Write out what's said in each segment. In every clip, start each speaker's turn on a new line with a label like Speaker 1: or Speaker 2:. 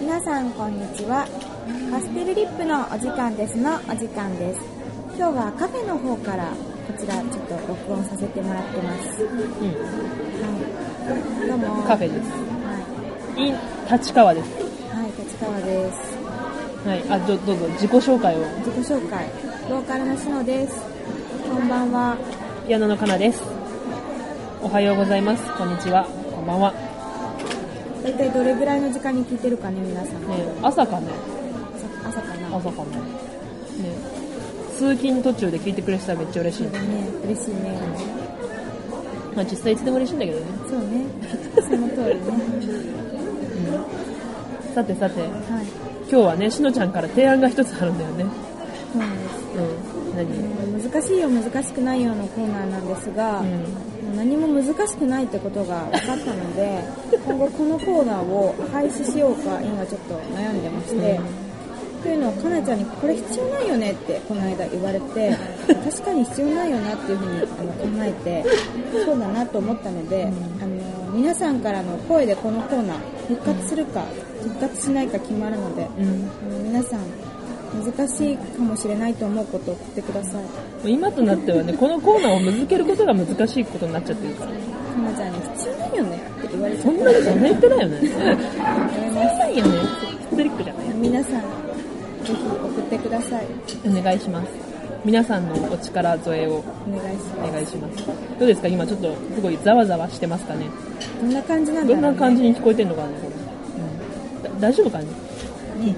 Speaker 1: 皆さんこんにちはパステルリップのお時間ですのお時間です今日はカフェの方からこちらちょっと録音させてもらってます、は
Speaker 2: う
Speaker 1: い、どうも
Speaker 2: ん、カフェです。
Speaker 1: は
Speaker 2: in 立川です。
Speaker 1: い、はい、立川です
Speaker 2: はい、あ、どどうぞ、自己紹介を。
Speaker 1: 自己紹介ボーカルのしのですこんばんは
Speaker 2: 矢野のかなです。おはようございます。こんにちは。こんばんは。
Speaker 1: 大体どれぐらいの時間に聞いてるかね皆さん、
Speaker 2: ね、朝かね、
Speaker 1: 朝朝かな
Speaker 2: 朝かね。ね、通勤途中で聞いてくれてたらめっちゃ嬉しい
Speaker 1: そう。だね嬉しいね
Speaker 2: まあ実際いつでも嬉しいんだけどね。
Speaker 1: そうねその通りね
Speaker 2: さてさて、今
Speaker 1: はい
Speaker 2: 日はね、しのちゃんから提案が一つあるんだよね。
Speaker 1: そうなんです
Speaker 2: うん。何
Speaker 1: 難しいよ難しくないよのコーナーなんですが、
Speaker 2: うん
Speaker 1: もう何も難しくないってことが分かったので今後このコーナーを廃止しようか今ちょっと悩んでまして、
Speaker 2: うん
Speaker 1: というのをかなちゃんにこれ必要ないよねってこの間言われて確かに必要ないよなっていうふうにあの考えてそうだなと思ったので、
Speaker 2: うん
Speaker 1: あの皆さんからの声でこのコーナー復活するか復活しないか決まるので、
Speaker 2: うん。
Speaker 1: あの皆さん難しいかもしれないと思うことを送ってください。
Speaker 2: 今となってはね、このコーナーを続けることが難しいことになっちゃってるから。
Speaker 1: かなちゃんに必要ないよねって言われちゃ
Speaker 2: そ
Speaker 1: っ
Speaker 2: ん
Speaker 1: た
Speaker 2: なことないってだよね。
Speaker 1: 言われま
Speaker 2: なさいよね。ヒステリックじゃない
Speaker 1: す皆さんぜひ送ってください
Speaker 2: お願いします皆さんのお力添えを
Speaker 1: お願いし
Speaker 2: お
Speaker 1: ま
Speaker 2: 願いしますどうですか今ちょっとすごいざわざわしてますかね
Speaker 1: すどんな感じなんだろ
Speaker 2: どん
Speaker 1: う、ね、
Speaker 2: な感じに聞こえてるのかなこれ、うん、だ大丈夫かね
Speaker 1: ね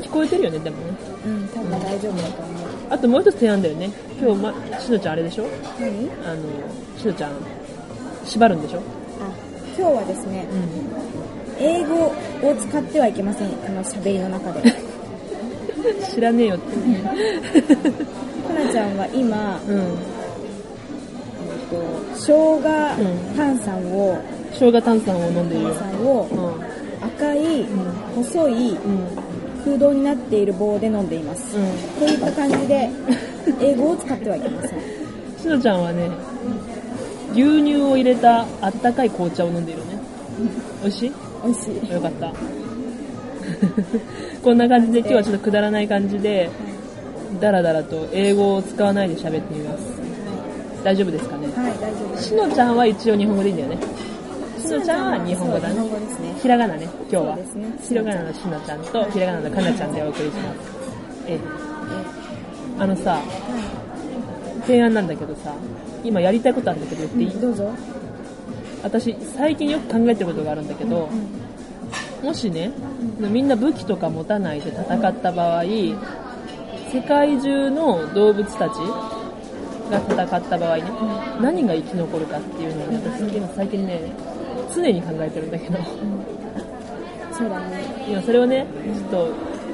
Speaker 2: 聞こえてるよねでもね
Speaker 1: うん多分大丈夫だと思う
Speaker 2: あともう一つ提案だよね今日、ま、しのちゃんあれでしょ
Speaker 1: 何
Speaker 2: あのしのちゃん縛るんでしょ
Speaker 1: あ今日はですね
Speaker 2: うん
Speaker 1: 英語を使ってはいけませんこの喋りの中で
Speaker 2: 知らねえよって
Speaker 1: かなちゃんは今、
Speaker 2: うん
Speaker 1: えっと生姜炭酸を、
Speaker 2: 生姜炭酸を飲んでいるよ
Speaker 1: 炭酸を
Speaker 2: うん
Speaker 1: 赤い、
Speaker 2: ん
Speaker 1: 細い
Speaker 2: うん
Speaker 1: 空洞になっている棒で飲んでいます、
Speaker 2: うん
Speaker 1: こういった感じで英語を使ってはいけません
Speaker 2: しのちゃんはね牛乳を入れたあったかい紅茶を飲んでいるよね美味しい
Speaker 1: 美味しい
Speaker 2: よかった こんな感じで今日はちょっとくだらない感じでダラダラと英語を使わないで喋ってみます大丈夫ですかね
Speaker 1: はい、大丈夫です。
Speaker 2: しのちゃんは一応日本語でいいんだよねしのちゃんは日本語だ
Speaker 1: そう日
Speaker 2: ね
Speaker 1: 本語ですね。
Speaker 2: ひらがなね今日は
Speaker 1: そうですね
Speaker 2: ひらがなのしのちゃんとひらがなのかなちゃんでお送りしますええあのさ提案なんだけどさ今やりたいことあるんだけど言っていい、
Speaker 1: どうぞ。
Speaker 2: 私最近よく考えてることがあるんだけど、もしね、みんな武器とか持たないで戦った場合世界中の動物たちが戦った場合ね、何が生き残るかっていうのをね私今最近ね常に考えてるんだけど
Speaker 1: そうだね。
Speaker 2: 今それをねちょっと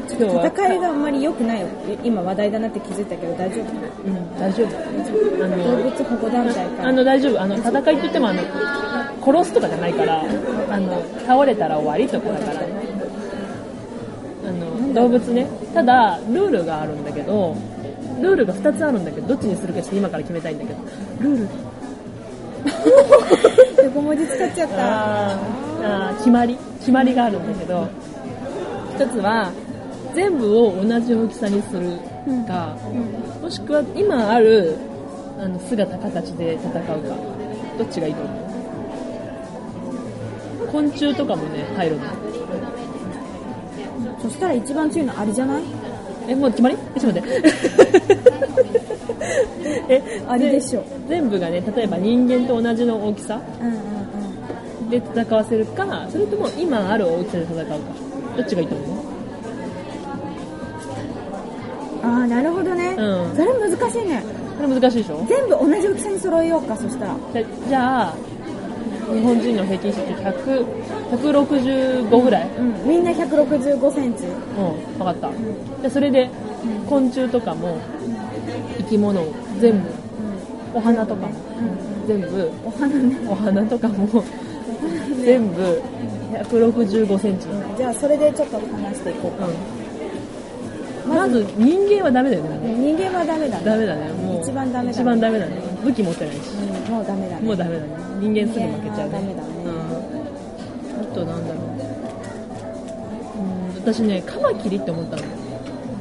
Speaker 2: 今日は
Speaker 1: 戦いがあんまり良くないよ。今話題だなって気づいたけど大丈夫かな
Speaker 2: うん、大丈夫あ
Speaker 1: 動
Speaker 2: の
Speaker 1: 物保護団体 から。
Speaker 2: あの大丈夫あの戦いって言ってもあの殺すとかじゃないからあの倒れたら終わりとかだからあの動物ねただルールがあるんだけどルールが2つあるんだけどどっちにするかちょっと今から決めたいんだけどルール
Speaker 1: 横文字使っちゃった。
Speaker 2: あーあー決まり決まりがあるんだけど1つは全部を同じ大きさにするか、もしくは今あるあの姿形で戦うかどっちがいいと思う昆虫とかもね入るの
Speaker 1: そしたら一番強いのあれじゃない
Speaker 2: えもう決まりえちょっと待って え
Speaker 1: あれでしょ
Speaker 2: 全部がね例えば人間と同じの大きさ
Speaker 1: うんうんうん。
Speaker 2: で戦わせるかそれとも今ある大きさで戦うかどっちがいいと思う
Speaker 1: ああ、なるほどね。
Speaker 2: うん
Speaker 1: それ難しいね。
Speaker 2: これ難しいでしょ
Speaker 1: 全部同じ大きさに揃えようか、そしたら。
Speaker 2: じゃじゃあ日本人の平均身長100 165ぐらい
Speaker 1: うん。みんな165センチ。
Speaker 2: うん分かったじゃあそれで昆虫とかも生き物を全部お花とかも全部
Speaker 1: お花ね。
Speaker 2: お花とか も全部165センチなの
Speaker 1: じゃあ、それでちょっと話していこうか。
Speaker 2: うんまず人間はダメだよね
Speaker 1: 人間はダメだね。
Speaker 2: ダメだねもう
Speaker 1: 一番ダメだね
Speaker 2: 一番ダメだね武器持ってないし
Speaker 1: うんもうダメだね。
Speaker 2: もうダメだね。人間すぐ負けちゃう
Speaker 1: 人間はダメ
Speaker 2: ね。
Speaker 1: だね
Speaker 2: うん。あとなんだろう。うん私ねカマキリって思ったの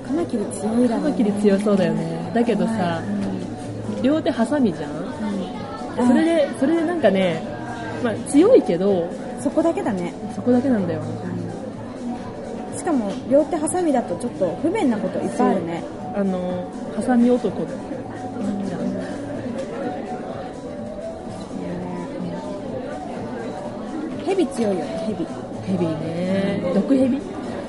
Speaker 1: カマキリ強いだ
Speaker 2: カ
Speaker 1: ろう、ね、
Speaker 2: マキリ強そうだよねだけどさ両手ハサミじゃん
Speaker 1: うん
Speaker 2: それでそれでなんかね、まあ、強いけど
Speaker 1: あそこだけだね
Speaker 2: そこだけなんだよ
Speaker 1: しかも両手ハサミだとちょっと不便なこといっぱいあるね
Speaker 2: あのハサミ男だじゃん
Speaker 1: ヘビ強いよねヘビ
Speaker 2: ヘビね毒ヘビ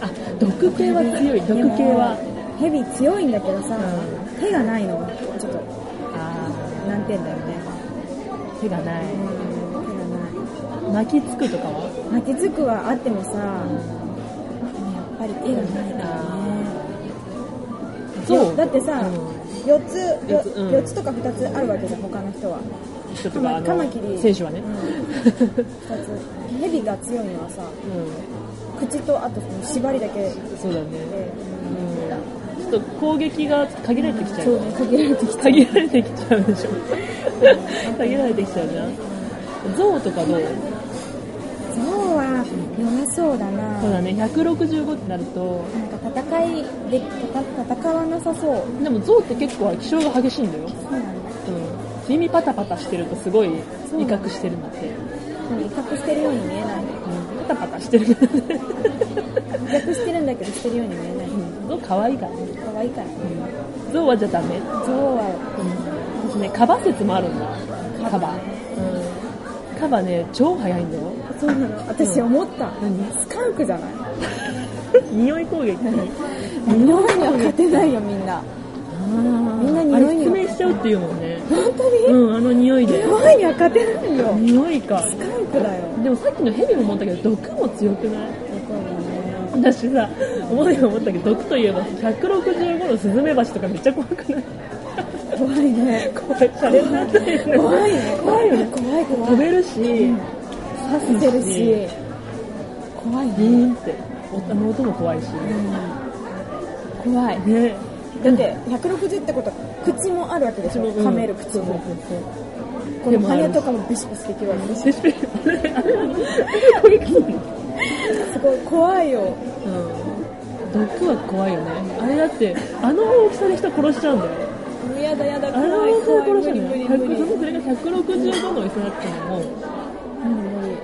Speaker 2: あ毒系は強い毒系は
Speaker 1: ヘビ強いんだけどさ、
Speaker 2: う
Speaker 1: 手がないのがちょっと
Speaker 2: あ
Speaker 1: 難点だよね
Speaker 2: ー手がない
Speaker 1: 手
Speaker 2: 泣きつくとかは
Speaker 1: がない泣きつくはあってもさ、やっぱり手がないからね
Speaker 2: そう
Speaker 1: だってさ、
Speaker 2: うん
Speaker 1: 4つよ
Speaker 2: 四つうん
Speaker 1: 四つとか2つあるわけじゃん他の人は
Speaker 2: 人と
Speaker 1: カ
Speaker 2: か
Speaker 1: マ
Speaker 2: あ
Speaker 1: カマ
Speaker 2: の
Speaker 1: キリ
Speaker 2: 選手はね
Speaker 1: うん、2つヘビが強いのはさ
Speaker 2: う
Speaker 1: 口とあとその縛りだけで、
Speaker 2: んそうだね
Speaker 1: う
Speaker 2: うんちょっと攻撃が限られてきちゃう
Speaker 1: そうね限られてき
Speaker 2: 限られてきちゃうでしょ限られてきちゃうじゃん象とかどう
Speaker 1: ゾウは弱そうだな
Speaker 2: そうだね165ってなると
Speaker 1: なんか戦いで戦戦わなさそう
Speaker 2: でも象って結構気性が激しいんだよ、
Speaker 1: そうなんだ
Speaker 2: うん、耳パタパタしてるとすごい威嚇してるんだって、
Speaker 1: でも威嚇してるように見えない
Speaker 2: うん、パタパタしてるんだって
Speaker 1: 威嚇してるんだけどしてるように見えない
Speaker 2: 象可愛いからね、
Speaker 1: 可愛いからね
Speaker 2: うん、象はじゃダメ、
Speaker 1: ゾウは
Speaker 2: うん、私ねカバ説もあるんだカバ、うん、カバね超速いんだよ
Speaker 1: そうなの私思った、
Speaker 2: 何
Speaker 1: スカンクじゃない
Speaker 2: 匂い攻撃
Speaker 1: 匂いには勝てないよみんなみんな匂いには
Speaker 2: あれ失明しちゃうっていうもんね
Speaker 1: 本当に
Speaker 2: うんあの匂いで
Speaker 1: 匂いには勝てないよ
Speaker 2: 匂いか
Speaker 1: スカンクだよ
Speaker 2: でもさっきのヘビも思ったけど毒も強くない
Speaker 1: そうだね
Speaker 2: 私さ思い思ったけど毒といえば165のスズメバチとかめっちゃ怖くない
Speaker 1: 怖いね
Speaker 2: 怖いシャレになってるね
Speaker 1: 怖いね
Speaker 2: 怖いよね
Speaker 1: 怖い怖
Speaker 2: 飛
Speaker 1: い
Speaker 2: べるし
Speaker 1: 見
Speaker 2: 刺
Speaker 1: て
Speaker 2: す
Speaker 1: る
Speaker 2: し
Speaker 1: し怖い
Speaker 2: ビ
Speaker 1: ね、
Speaker 2: ーンっておあの音も怖いし
Speaker 1: 怖い
Speaker 2: ね
Speaker 1: だって160ってことは口もあるわけでしょ噛める口もこの羽とかもビシビシできるわけでし
Speaker 2: シシあれあれ攻撃するの
Speaker 1: ょすごい怖いよ
Speaker 2: うん毒は怖いよねあれだってあの大きさで人殺しちゃうんだよ
Speaker 1: やだやだ
Speaker 2: あの
Speaker 1: 怖い
Speaker 2: 大きさで
Speaker 1: 怖い
Speaker 2: 殺
Speaker 1: 無
Speaker 2: しちゃう
Speaker 1: 理
Speaker 2: ん
Speaker 1: 無
Speaker 2: だ
Speaker 1: 理無
Speaker 2: よ
Speaker 1: 理無理
Speaker 2: 100それが165の大きさだったのも
Speaker 1: 無理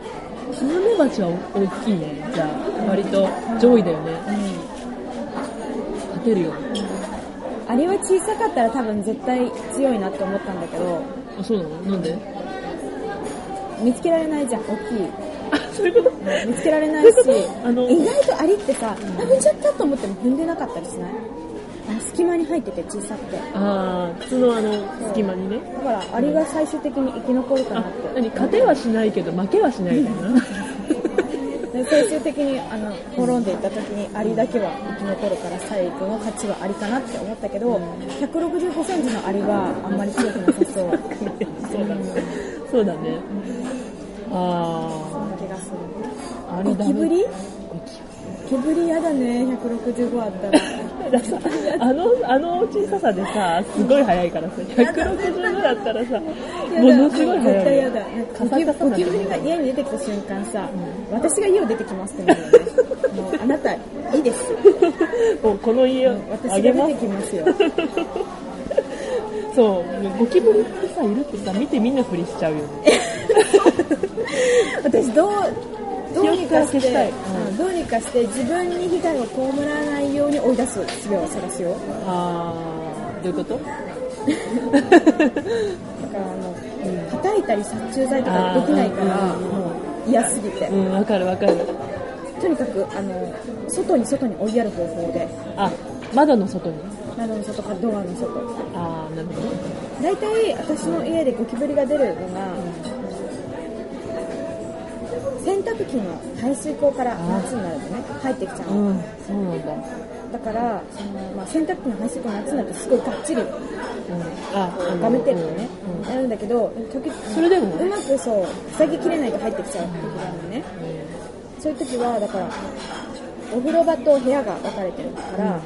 Speaker 2: スズメバチは大きいねじゃあ割と上位だよね勝てるよ
Speaker 1: あれは小さかったら多分絶対強いなって思ったんだけど
Speaker 2: あそうなのなんで
Speaker 1: 見つけられないじゃん大きい
Speaker 2: あそういうこと
Speaker 1: 見つけられないし
Speaker 2: そういう ことあの
Speaker 1: 意外とアリってさ踏んじゃったと思っても踏んでなかったりしないあの隙間に入ってて小さくて
Speaker 2: ああ靴のあの隙間にね
Speaker 1: だからアリが最終的に生き残るかなっ
Speaker 2: あ
Speaker 1: て
Speaker 2: 何勝てはしないけど負けはしないみたいな
Speaker 1: で最終的にあの滅んでいった時にアリだけは生き残るから最後の勝ちはアリかなって思ったけど1 6 5センチのアリはあんまり強くなさそうな
Speaker 2: そうだねそうだねあ
Speaker 1: 気がする
Speaker 2: ああれ
Speaker 1: ゴ
Speaker 2: だ
Speaker 1: キブリ
Speaker 2: ゴキ
Speaker 1: ゴキブリやだね165あったら
Speaker 2: だからさあのあの小ささでさすごい速いからさ165だったらさ
Speaker 1: や
Speaker 2: も
Speaker 1: だ
Speaker 2: のすごい
Speaker 1: 絶対
Speaker 2: 速い
Speaker 1: やだなんかゴキ
Speaker 2: カサカサ
Speaker 1: ゴ
Speaker 2: なっ
Speaker 1: キ
Speaker 2: てる
Speaker 1: ブリが家に出てきた瞬間さ、私が家を出てきますってなるよねもうあなたいいです
Speaker 2: もうこの家
Speaker 1: 私
Speaker 2: あ
Speaker 1: が
Speaker 2: げ
Speaker 1: 出
Speaker 2: ま
Speaker 1: て
Speaker 2: す
Speaker 1: きますよ
Speaker 2: そうゴキブリってさいるってさ見てみんなふりしちゃうよね
Speaker 1: 私どうどうにかして
Speaker 2: 記憶から消したい
Speaker 1: うんどうにかして自分に被害を被らないように追い出す術を探しよう
Speaker 2: ああどういうこと
Speaker 1: だからあの、叩いたり殺虫剤とかできないから
Speaker 2: あー
Speaker 1: もう嫌すぎて、
Speaker 2: うんわかるわかる
Speaker 1: とにかくあの外に外に追いやる方法で
Speaker 2: あ窓の外に
Speaker 1: 窓の外かドアの外
Speaker 2: ああなるほど
Speaker 1: 大体私の家でゴキブリが出るのが、洗濯機の排水口から夏になるとね入ってきちゃうの、
Speaker 2: うんそうなんだ、
Speaker 1: だから、そのまあ、洗濯機の排水口の夏になるとすごいがっちり
Speaker 2: うん、ああ
Speaker 1: がめてるのね、
Speaker 2: うんうん
Speaker 1: やるんだけど時々
Speaker 2: それでも
Speaker 1: うまくそう塞ぎきれないと入ってきちゃう時があるのねそういう時はだからお風呂場と部屋が分かれてるから、も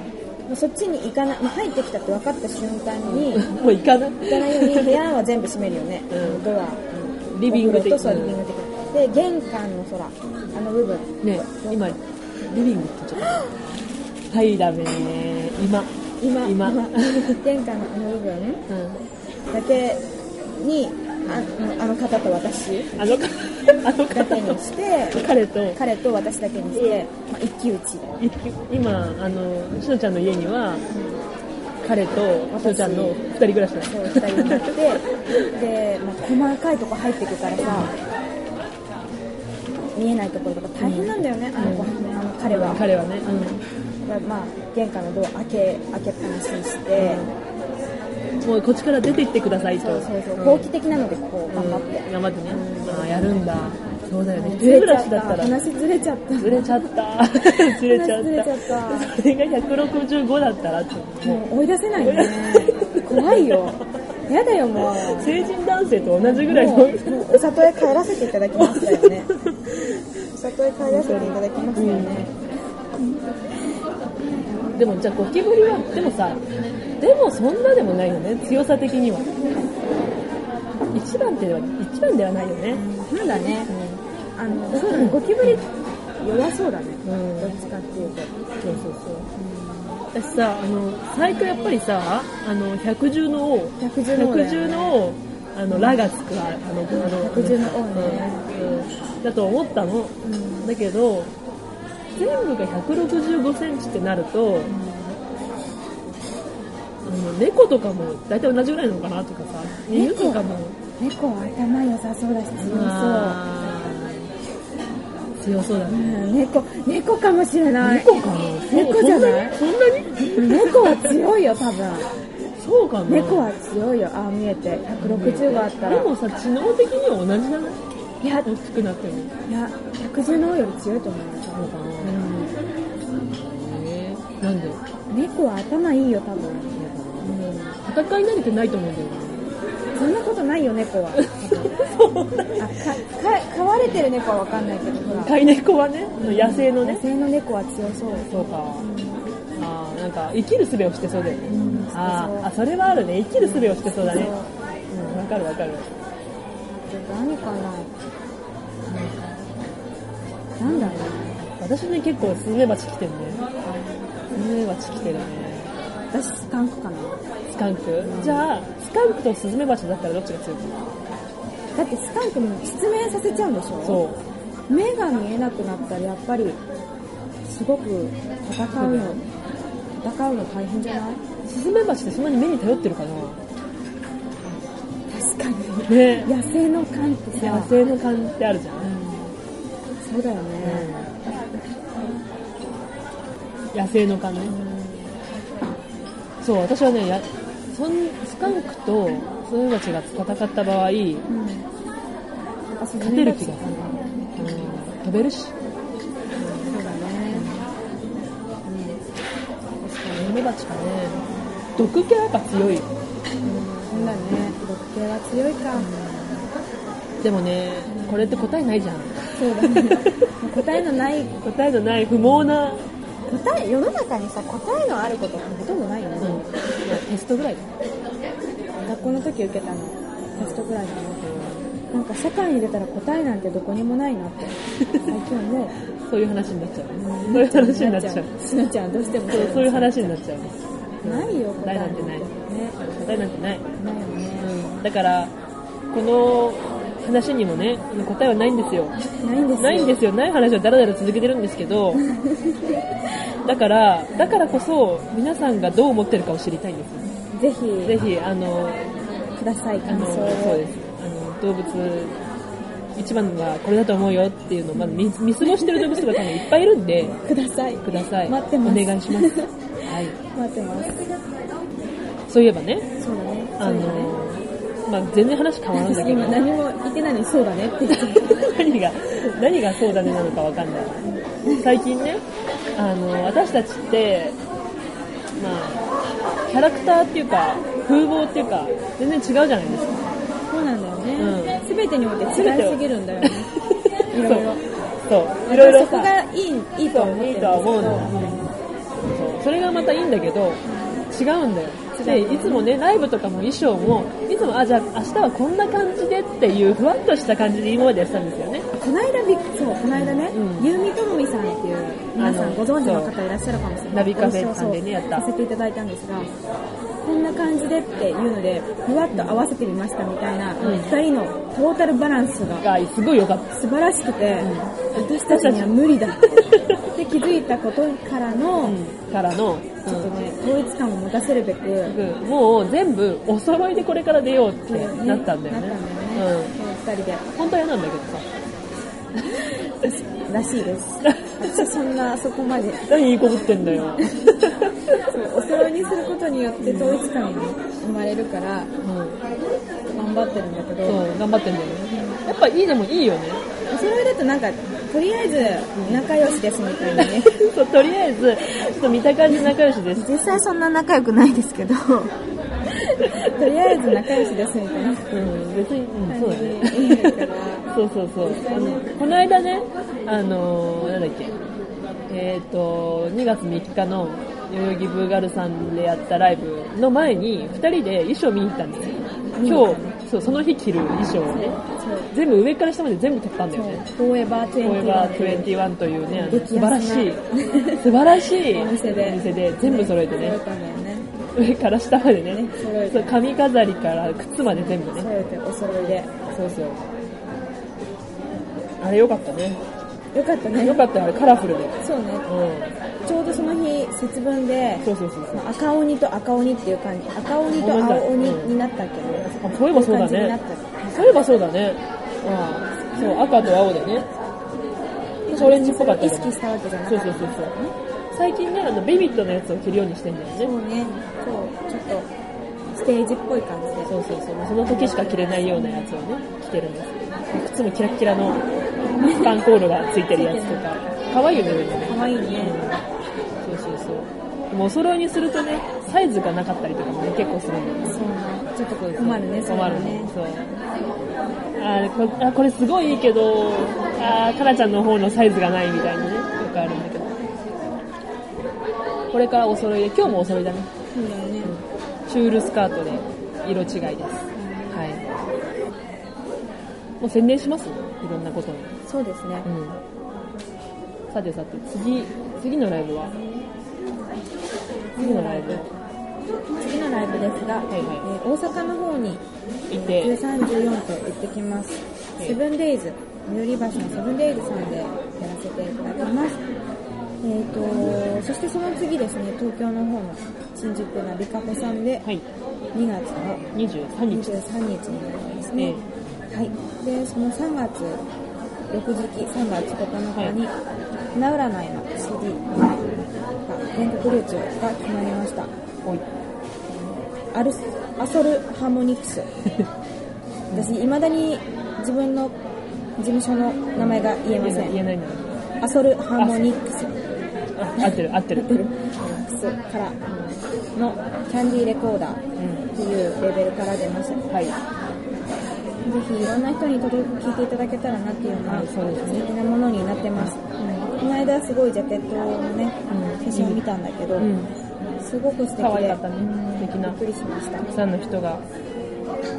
Speaker 1: うそっちに行かない、まあ入ってきたって分かった瞬間に行
Speaker 2: もう行かない
Speaker 1: かないように部屋は全部閉めるよね、
Speaker 2: うん
Speaker 1: ドア
Speaker 2: リビング
Speaker 1: お風呂
Speaker 2: 的
Speaker 1: とそうリビング的で玄関の空あの部分
Speaker 2: ね今リビングって言っちゃった。はい、ダメね。今。
Speaker 1: 今
Speaker 2: 今。
Speaker 1: 玄関のあの部分
Speaker 2: うん。
Speaker 1: だけにあうんあの方と私
Speaker 2: あのか、あの
Speaker 1: だけ
Speaker 2: 方
Speaker 1: に
Speaker 2: の
Speaker 1: して
Speaker 2: 彼と、
Speaker 1: 彼と私だけにして、まあ、一騎打ちで
Speaker 2: い今、あの、しのちゃんの家には、彼と、しのちゃんの二人暮らしな
Speaker 1: そう
Speaker 2: の。
Speaker 1: 二人になってで、まあ、細かいとこ入ってくからさ見えないところとか大変なんだよね、あの子あの彼は、
Speaker 2: 彼はね。
Speaker 1: まあ、玄関のドア開け開けっぱなしにして、
Speaker 2: うん。もうこっちから出て行ってくださいと。
Speaker 1: そうそうそう、
Speaker 2: ん
Speaker 1: 好奇的なのでこう
Speaker 2: うん
Speaker 1: 頑張って、
Speaker 2: 頑張ってね。ああ、やるんだ。そうだよね。一
Speaker 1: ずれ
Speaker 2: 人暮
Speaker 1: ちゃ
Speaker 2: ら
Speaker 1: っ
Speaker 2: しだ
Speaker 1: た
Speaker 2: ったら。
Speaker 1: 話ずれちゃった
Speaker 2: ずれちゃった。 ずれちゃ
Speaker 1: 話ずれちゃ
Speaker 2: っ。
Speaker 1: ったた
Speaker 2: それが165だったらちょっとも
Speaker 1: もう追い出せないよね怖いよやだよもう
Speaker 2: う、成人男性と同じぐらい
Speaker 1: も
Speaker 2: の。
Speaker 1: うもうお里へ帰らせていただきましたよねお里へ帰らせていただきましたよね、
Speaker 2: でもじゃあゴキブリは、でもさ、でもそんなでもないよね、強さ的には。一番ってでは、一番ではないよね。
Speaker 1: なんだね、あのそうだねゴキブリ弱そうだね、
Speaker 2: ん
Speaker 1: どっちかっていうと
Speaker 2: そうそうそう。私さ、あの、最近やっぱりさ、あの、百獣の王。
Speaker 1: 百獣の王だよ
Speaker 2: 百
Speaker 1: ね
Speaker 2: 獣の王、あの、ラがつく、あの、あの、
Speaker 1: 百獣の王ね
Speaker 2: うんだと思ったの。だけど、全部が165センチってなると、あの猫とかも大体同じぐらいなのかなとかさ、犬とかも。
Speaker 1: 猫は頭良さそうだし強
Speaker 2: あー強そうだね。
Speaker 1: そう、うん、猫猫かもしれない
Speaker 2: 猫かな
Speaker 1: 猫じゃない
Speaker 2: そんなにそんなに
Speaker 1: 猫は強いよ多分
Speaker 2: そうかな
Speaker 1: 猫は強いよああ見えて160があったら
Speaker 2: でもさ知能的には同じじゃない
Speaker 1: いや
Speaker 2: 大きくなっても
Speaker 1: いや110の王より強いと思うよ多
Speaker 2: のか
Speaker 1: 分
Speaker 2: なへえなんで
Speaker 1: うん猫は頭いいよ多分、
Speaker 2: 戦い慣れてないと思うんだよね
Speaker 1: そんなことないよ猫はあかか飼われてる猫は分かんないけどほら
Speaker 2: 飼い猫はね野生のね
Speaker 1: 野生の猫は強そう
Speaker 2: そうかあーなんか生きる術をしてそうだよね、
Speaker 1: ん
Speaker 2: あ
Speaker 1: そうそう
Speaker 2: ーあそれはあるね生きる術をしてそうだね
Speaker 1: そう
Speaker 2: うんわかるわかる
Speaker 1: 何かななんだろう
Speaker 2: 私ね結構スズメバチ来てるねスズメバチ来てるね
Speaker 1: 私スカンクかな
Speaker 2: スカンク、じゃあスカンクとスズメバチだったらどっちが強い
Speaker 1: だってスカンクも失明させちゃうんでしょ
Speaker 2: そう
Speaker 1: 目が見えなくなったらやっぱりすごく戦うの戦うの大変じゃない
Speaker 2: スズメバチってそんなに目に頼ってるかな
Speaker 1: 確かに
Speaker 2: ね
Speaker 1: 野生の感ってさ
Speaker 2: 野生の感じってあるじゃん、
Speaker 1: そうだよね、
Speaker 2: 野生の感ね、そう私はねやそんスカンクとスズメバチが戦った場合、
Speaker 1: うん、勝
Speaker 2: 勝てる気がする飛べるし
Speaker 1: そうだね
Speaker 2: スズメバチかね毒系はやっぱ強い
Speaker 1: そうだね毒系は強いか、
Speaker 2: でもねこれって答えないじゃん
Speaker 1: そうだねもう答えのない
Speaker 2: 答えのない不毛な、
Speaker 1: 答え世の中にさ答えのあることってほとんどないよね、
Speaker 2: うんいやテストぐらいだ
Speaker 1: 学校の時受けたのテストぐらいだななんか社会に出たら答えなんてどこにもないなって最近思う
Speaker 2: そういう話になっちゃうそういう話になっちゃう
Speaker 1: しなちゃんどうしても
Speaker 2: そうそういう話になっちゃう
Speaker 1: ないよ
Speaker 2: 答
Speaker 1: 答
Speaker 2: え
Speaker 1: え
Speaker 2: なんてない
Speaker 1: ね
Speaker 2: 答えなんてない、
Speaker 1: ないよね
Speaker 2: うん、だからこの話にもね答えはないんです よ
Speaker 1: ないんですよ
Speaker 2: ないんですよない話をだらだら続けてるんですけどだからだからこそ皆さんがどう思ってるかを知りたいんですよ
Speaker 1: ぜひ
Speaker 2: ぜひあの
Speaker 1: ください
Speaker 2: あ
Speaker 1: 感
Speaker 2: の
Speaker 1: 想
Speaker 2: そうで
Speaker 1: を
Speaker 2: すあの動物一番はこれだと思うよっていうのをまだ見見過ごしてる動物とか多分いっぱいいるんで
Speaker 1: ください
Speaker 2: ください
Speaker 1: 待ってます
Speaker 2: お願いしますはい
Speaker 1: 待ってます
Speaker 2: そういえばね
Speaker 1: そうだね
Speaker 2: あ
Speaker 1: そう
Speaker 2: のまあ、全然話変わ
Speaker 1: だ
Speaker 2: らんだ
Speaker 1: ね
Speaker 2: けど
Speaker 1: 今何も言ってないのにそうだねって言って
Speaker 2: 何が何がそうだねなのかわかんない最近ねあの私たちって、まあ、キャラクターっていうか風貌っていうか全然違うじゃないですか
Speaker 1: そうなんだよね
Speaker 2: う。
Speaker 1: すべ、てにおいて違いすぎるんだ よね。いろいろ。
Speaker 2: そうそういろいろ
Speaker 1: そこ
Speaker 2: さ
Speaker 1: がいい、いいとは思ってるんですけど。
Speaker 2: そういいとは思うのそうそれがまたいいんだけど違うんだよでいつもねライブとかも衣装もいつもあじゃあ明日はこんな感じでっていうふわっとした感じで今までやってたんですよね
Speaker 1: この間びっそうこの間ね、
Speaker 2: うん
Speaker 1: ゆうみともみさんっていう皆さ
Speaker 2: あ
Speaker 1: ん
Speaker 2: の
Speaker 1: ご存知の方いらっしゃるかもしれない
Speaker 2: ナビカフェさんでねやった
Speaker 1: させていただいたんですがこんな感じでっていうのでふわっと合わせてみましたみたいな、
Speaker 2: ん
Speaker 1: 2人のトータルバランスが
Speaker 2: がすごい良かった
Speaker 1: 素晴らしくて、私たちには無理だって気づいたことからの、
Speaker 2: からの、
Speaker 1: ちょっとね統一感を持たせるべく、
Speaker 2: うんもう全部お揃いでこれから出ようってなったんだよね
Speaker 1: なったんだよね、そう二人で
Speaker 2: うん、本当は嫌なんだけどさ
Speaker 1: らしいです。 私そんな、そこまで。
Speaker 2: 何いいこと言ってんだよ、
Speaker 1: そうお揃いにすることによって統一感が生まれるから、
Speaker 2: う
Speaker 1: 頑
Speaker 2: ん、
Speaker 1: 張ってるんだけど、
Speaker 2: そう頑張ってんだよねやっぱいいでもいいよね
Speaker 1: お揃いだとなんか、とりあえず仲良しですみたいなね。
Speaker 2: そうとりあえずちょっと見た感じ仲良しです
Speaker 1: 実際そんな仲良くないですけ ど、とりあえず仲良しですみたいな
Speaker 2: うん別に、うん、そうだね
Speaker 1: 感じだから、
Speaker 2: そうそうそう。あの、この間ね、あのー、なんだっけ、えっ、と、2月3日の代々木ブーガルさんでやったライブの前に、2人で衣装見に行ったんですよ。今日、そう、その日着る衣装をね、
Speaker 1: そう。
Speaker 2: 全部上から下まで全部買ったんだ
Speaker 1: そ
Speaker 2: よ
Speaker 1: う
Speaker 2: ね。
Speaker 1: フォーエバー
Speaker 2: フォーエバ
Speaker 1: 21
Speaker 2: ー21というね、あの
Speaker 1: 激安な
Speaker 2: 素晴らし い、素晴らしい
Speaker 1: お店で
Speaker 2: お店で全部揃えてね
Speaker 1: 揃、えたんだよね。
Speaker 2: 上から下までね
Speaker 1: ね揃え、て
Speaker 2: そう髪飾りから靴まで全部ね、
Speaker 1: 揃えてお揃いで。
Speaker 2: そうそう。あれ良かったね。
Speaker 1: よかった
Speaker 2: よ
Speaker 1: ね。
Speaker 2: かったよ、あれカラフルで。
Speaker 1: そうね。
Speaker 2: うん。
Speaker 1: ちょうどその日、節分で、
Speaker 2: そうそうそうそう。
Speaker 1: 赤鬼と赤鬼っていう感じ赤鬼と青鬼になったっけど、
Speaker 2: あそういえばそうだ
Speaker 1: い
Speaker 2: ね
Speaker 1: 感じになった。
Speaker 2: そういえばそうだね。うん。そう、赤と青でね。オレンジっぽかっ
Speaker 1: 意
Speaker 2: たよね
Speaker 1: 識したわけじゃな
Speaker 2: そ
Speaker 1: か
Speaker 2: う
Speaker 1: った
Speaker 2: そうそうそう。最近ね、あの、ビビットのやつを着るようにしてんだよね。
Speaker 1: そうねそうちょっとステージっぽい感じで
Speaker 2: そうそうそう。その時しか着れないようなやつをね、着てるんです。靴もキラッキラのスパンコールがついてるやつとか。可愛いよね、でもね。
Speaker 1: 可愛いね
Speaker 2: そうそうそう。でもお揃いにするとね、サイズがなかったりとかもね、結構するんだよ
Speaker 1: そ
Speaker 2: ね。
Speaker 1: うねちょっとこう困るねそれ
Speaker 2: 困
Speaker 1: は
Speaker 2: るね
Speaker 1: ね。
Speaker 2: そう。あーこあこれすごいいいけど、あーかなちゃんの方のサイズがないみたいなね、よくあるんだけど。これからお揃いで、今日もお揃いだね。
Speaker 1: そうだよね
Speaker 2: シュールスカートで、色違いです。はい。もう宣伝しますいろんなことに。
Speaker 1: そうですね
Speaker 2: うん。さてさて、次、次のライブは次のライブ
Speaker 1: 次のライブですが、
Speaker 2: いはい
Speaker 1: えー大阪の方に
Speaker 2: 行って、
Speaker 1: 934と行ってきます
Speaker 2: はい
Speaker 1: セブンデイズ最寄り橋のセブンデイズさんでやらせていただきますえー、とそしてその次ですね東京の方の新宿ナビカフェさんで
Speaker 2: はい、
Speaker 1: 2月の
Speaker 2: 23日です。
Speaker 1: 23日になりますね、はいでその3月翌日3月9日に花占いの CD が全国流通が決まりました
Speaker 2: おい。
Speaker 1: アルスアソルハーモニク ス私いまだに自分の事務所の名前が言えま
Speaker 2: 言えな
Speaker 1: せ
Speaker 2: い、言え
Speaker 1: ん
Speaker 2: ないんだね。
Speaker 1: アソルハーモニクス
Speaker 2: あ合ってる合ってる。
Speaker 1: からのキャンディーレコーダー
Speaker 2: うん。
Speaker 1: っていうレベルから出ましたぜ
Speaker 2: はい。
Speaker 1: ひいろんな人に届く聞いていただけたらなっていうような
Speaker 2: あそうですね
Speaker 1: 素敵なものになってます、この間すごいジャケットのね
Speaker 2: うん
Speaker 1: 写真を見たんだけど、
Speaker 2: うん。
Speaker 1: すごく素敵で
Speaker 2: 可愛かったね
Speaker 1: うん
Speaker 2: 素敵な
Speaker 1: びっくりしました
Speaker 2: たくさんの人が、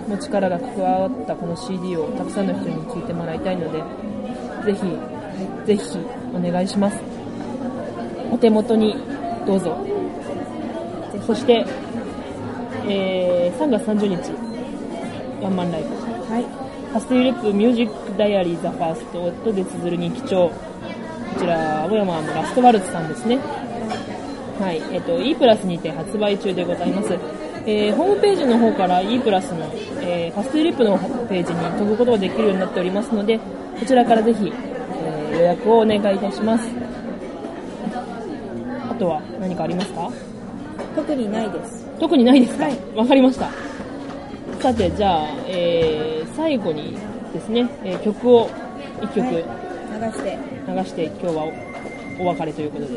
Speaker 2: の力が加わったこの CD をたくさんの人に聴いてもらいたいので、ぜひ、ぜひお願いします。お手元にどうぞ。そして、えー、3月30日、ワンマンライブ。
Speaker 1: はい
Speaker 2: パスティリップミュージックダイアリーザファーストオットで綴る日記帳こちら青山のラストワルツさんですねはいえっ、と E プラスにて発売中でございます、えーホームページの方から E プラスの、えーパスティリップのページに飛ぶことができるようになっておりますのでこちらからぜひ、えー予約をお願いいたしますあとは何かありますか
Speaker 1: 特にないです
Speaker 2: 特にないですか、
Speaker 1: は
Speaker 2: わ
Speaker 1: い
Speaker 2: かりましたさてじゃあ、えー最後にですね、えー曲を1曲
Speaker 1: はい、流して
Speaker 2: 流して今日はおお別れということで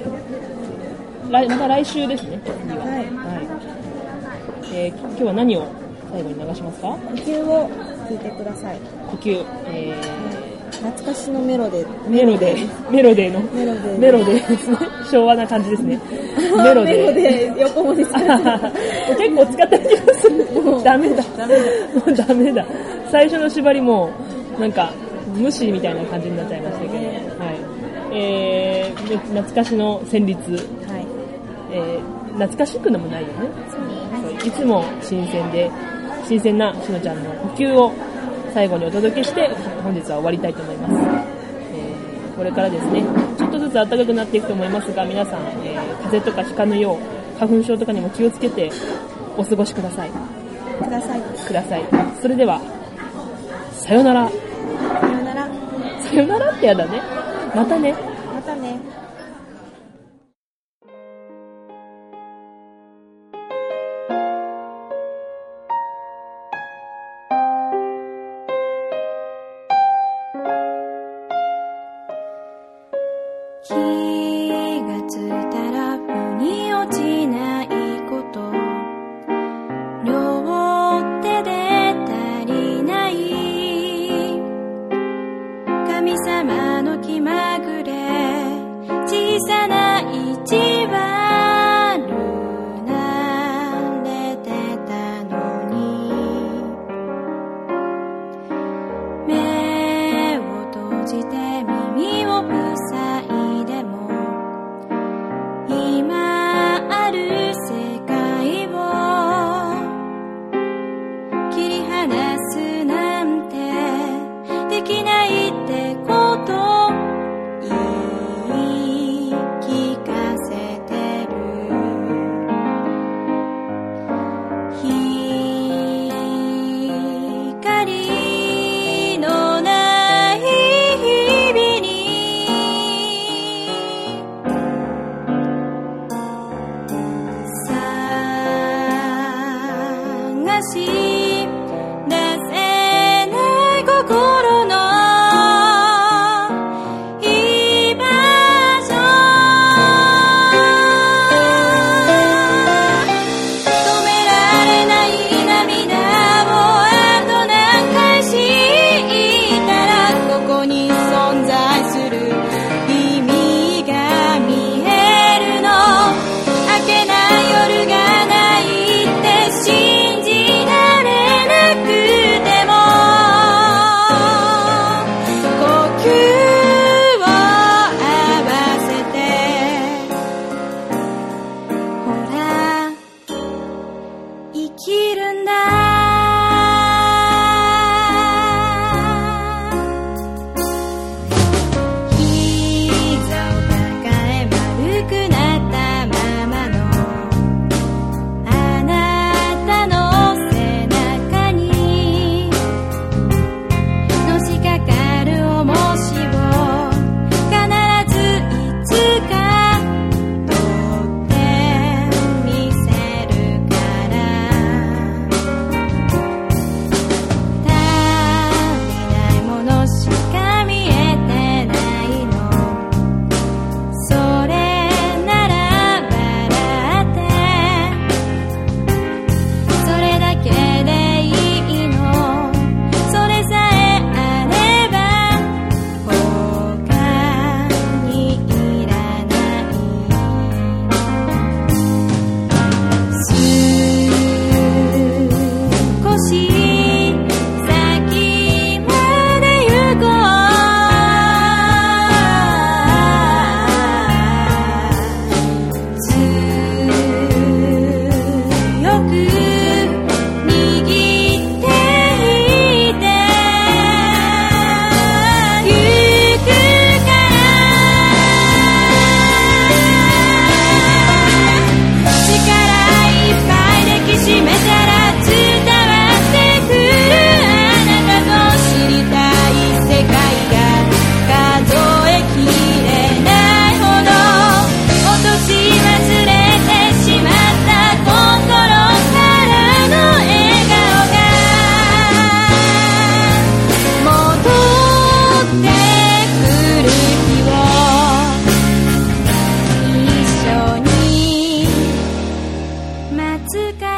Speaker 2: 来また来週ですね次は
Speaker 1: はい
Speaker 2: はいえー今日は何を最後に流しますか
Speaker 1: 呼吸を聞いてください
Speaker 2: 呼吸、えー
Speaker 1: 懐かしのメロデ
Speaker 2: メロデー、メロデーの、
Speaker 1: メロデー
Speaker 2: メロデーですね。 昭和な感じですね。 メロ
Speaker 1: メロ
Speaker 2: デー。
Speaker 1: デー横文 字使っちゃった
Speaker 2: 結構使った気がする。ダメだ。
Speaker 1: ダメだ
Speaker 2: もうダメだ。最初の縛りも、なんか、無視みたいな感じになっちゃいましたけど。
Speaker 1: ね
Speaker 2: はい。えー、懐かしの旋律。
Speaker 1: はい
Speaker 2: えー、懐かしくのもないよね。
Speaker 1: そうね
Speaker 2: いつも新鮮で、新鮮なしのちゃんの呼吸を最後にお届けして、本日は終わりたいと思います。えーこれからですね、ちょっとずつ暖かくなっていくと思いますが、皆さん、えー風邪とかひかぬよう、花粉症とかにも気をつけてお過ごしください。
Speaker 1: ください
Speaker 2: ください。それでは、さよなら。
Speaker 1: さよなら
Speaker 2: さよならってやだね。またね。
Speaker 1: またね
Speaker 3: 気がついたら腑に落ちないこと両手で足りない神様の気まぐれ小さな一割慣れてたのに目を閉じて耳を塞いでも今ある世界を切り離すなんてできないってこと言い聞かせてる光のない日々に探し出せない心の居場所止められない涙をあと何回知ったらここに存在する意味が見えるの明けない夜がないって信じられなくても呼吸を合わせてほら生きるんだ膝を抱え丸くなったままのあなたの背中にのしかかる重しを必ずいつか「とってみせるから」「足りないものしか見えてないの」「それなら笑って」「それだけでいいの」「それさえあれば他にいらない」「少し先まで行こう」強く握りしめていてゆくから力いっぱい抱きしめたら伝わってくるあなたと知りたい世界が数えきれないほど落とし忘れてしまった心からの笑顔が戻ってくる日を一緒に待つから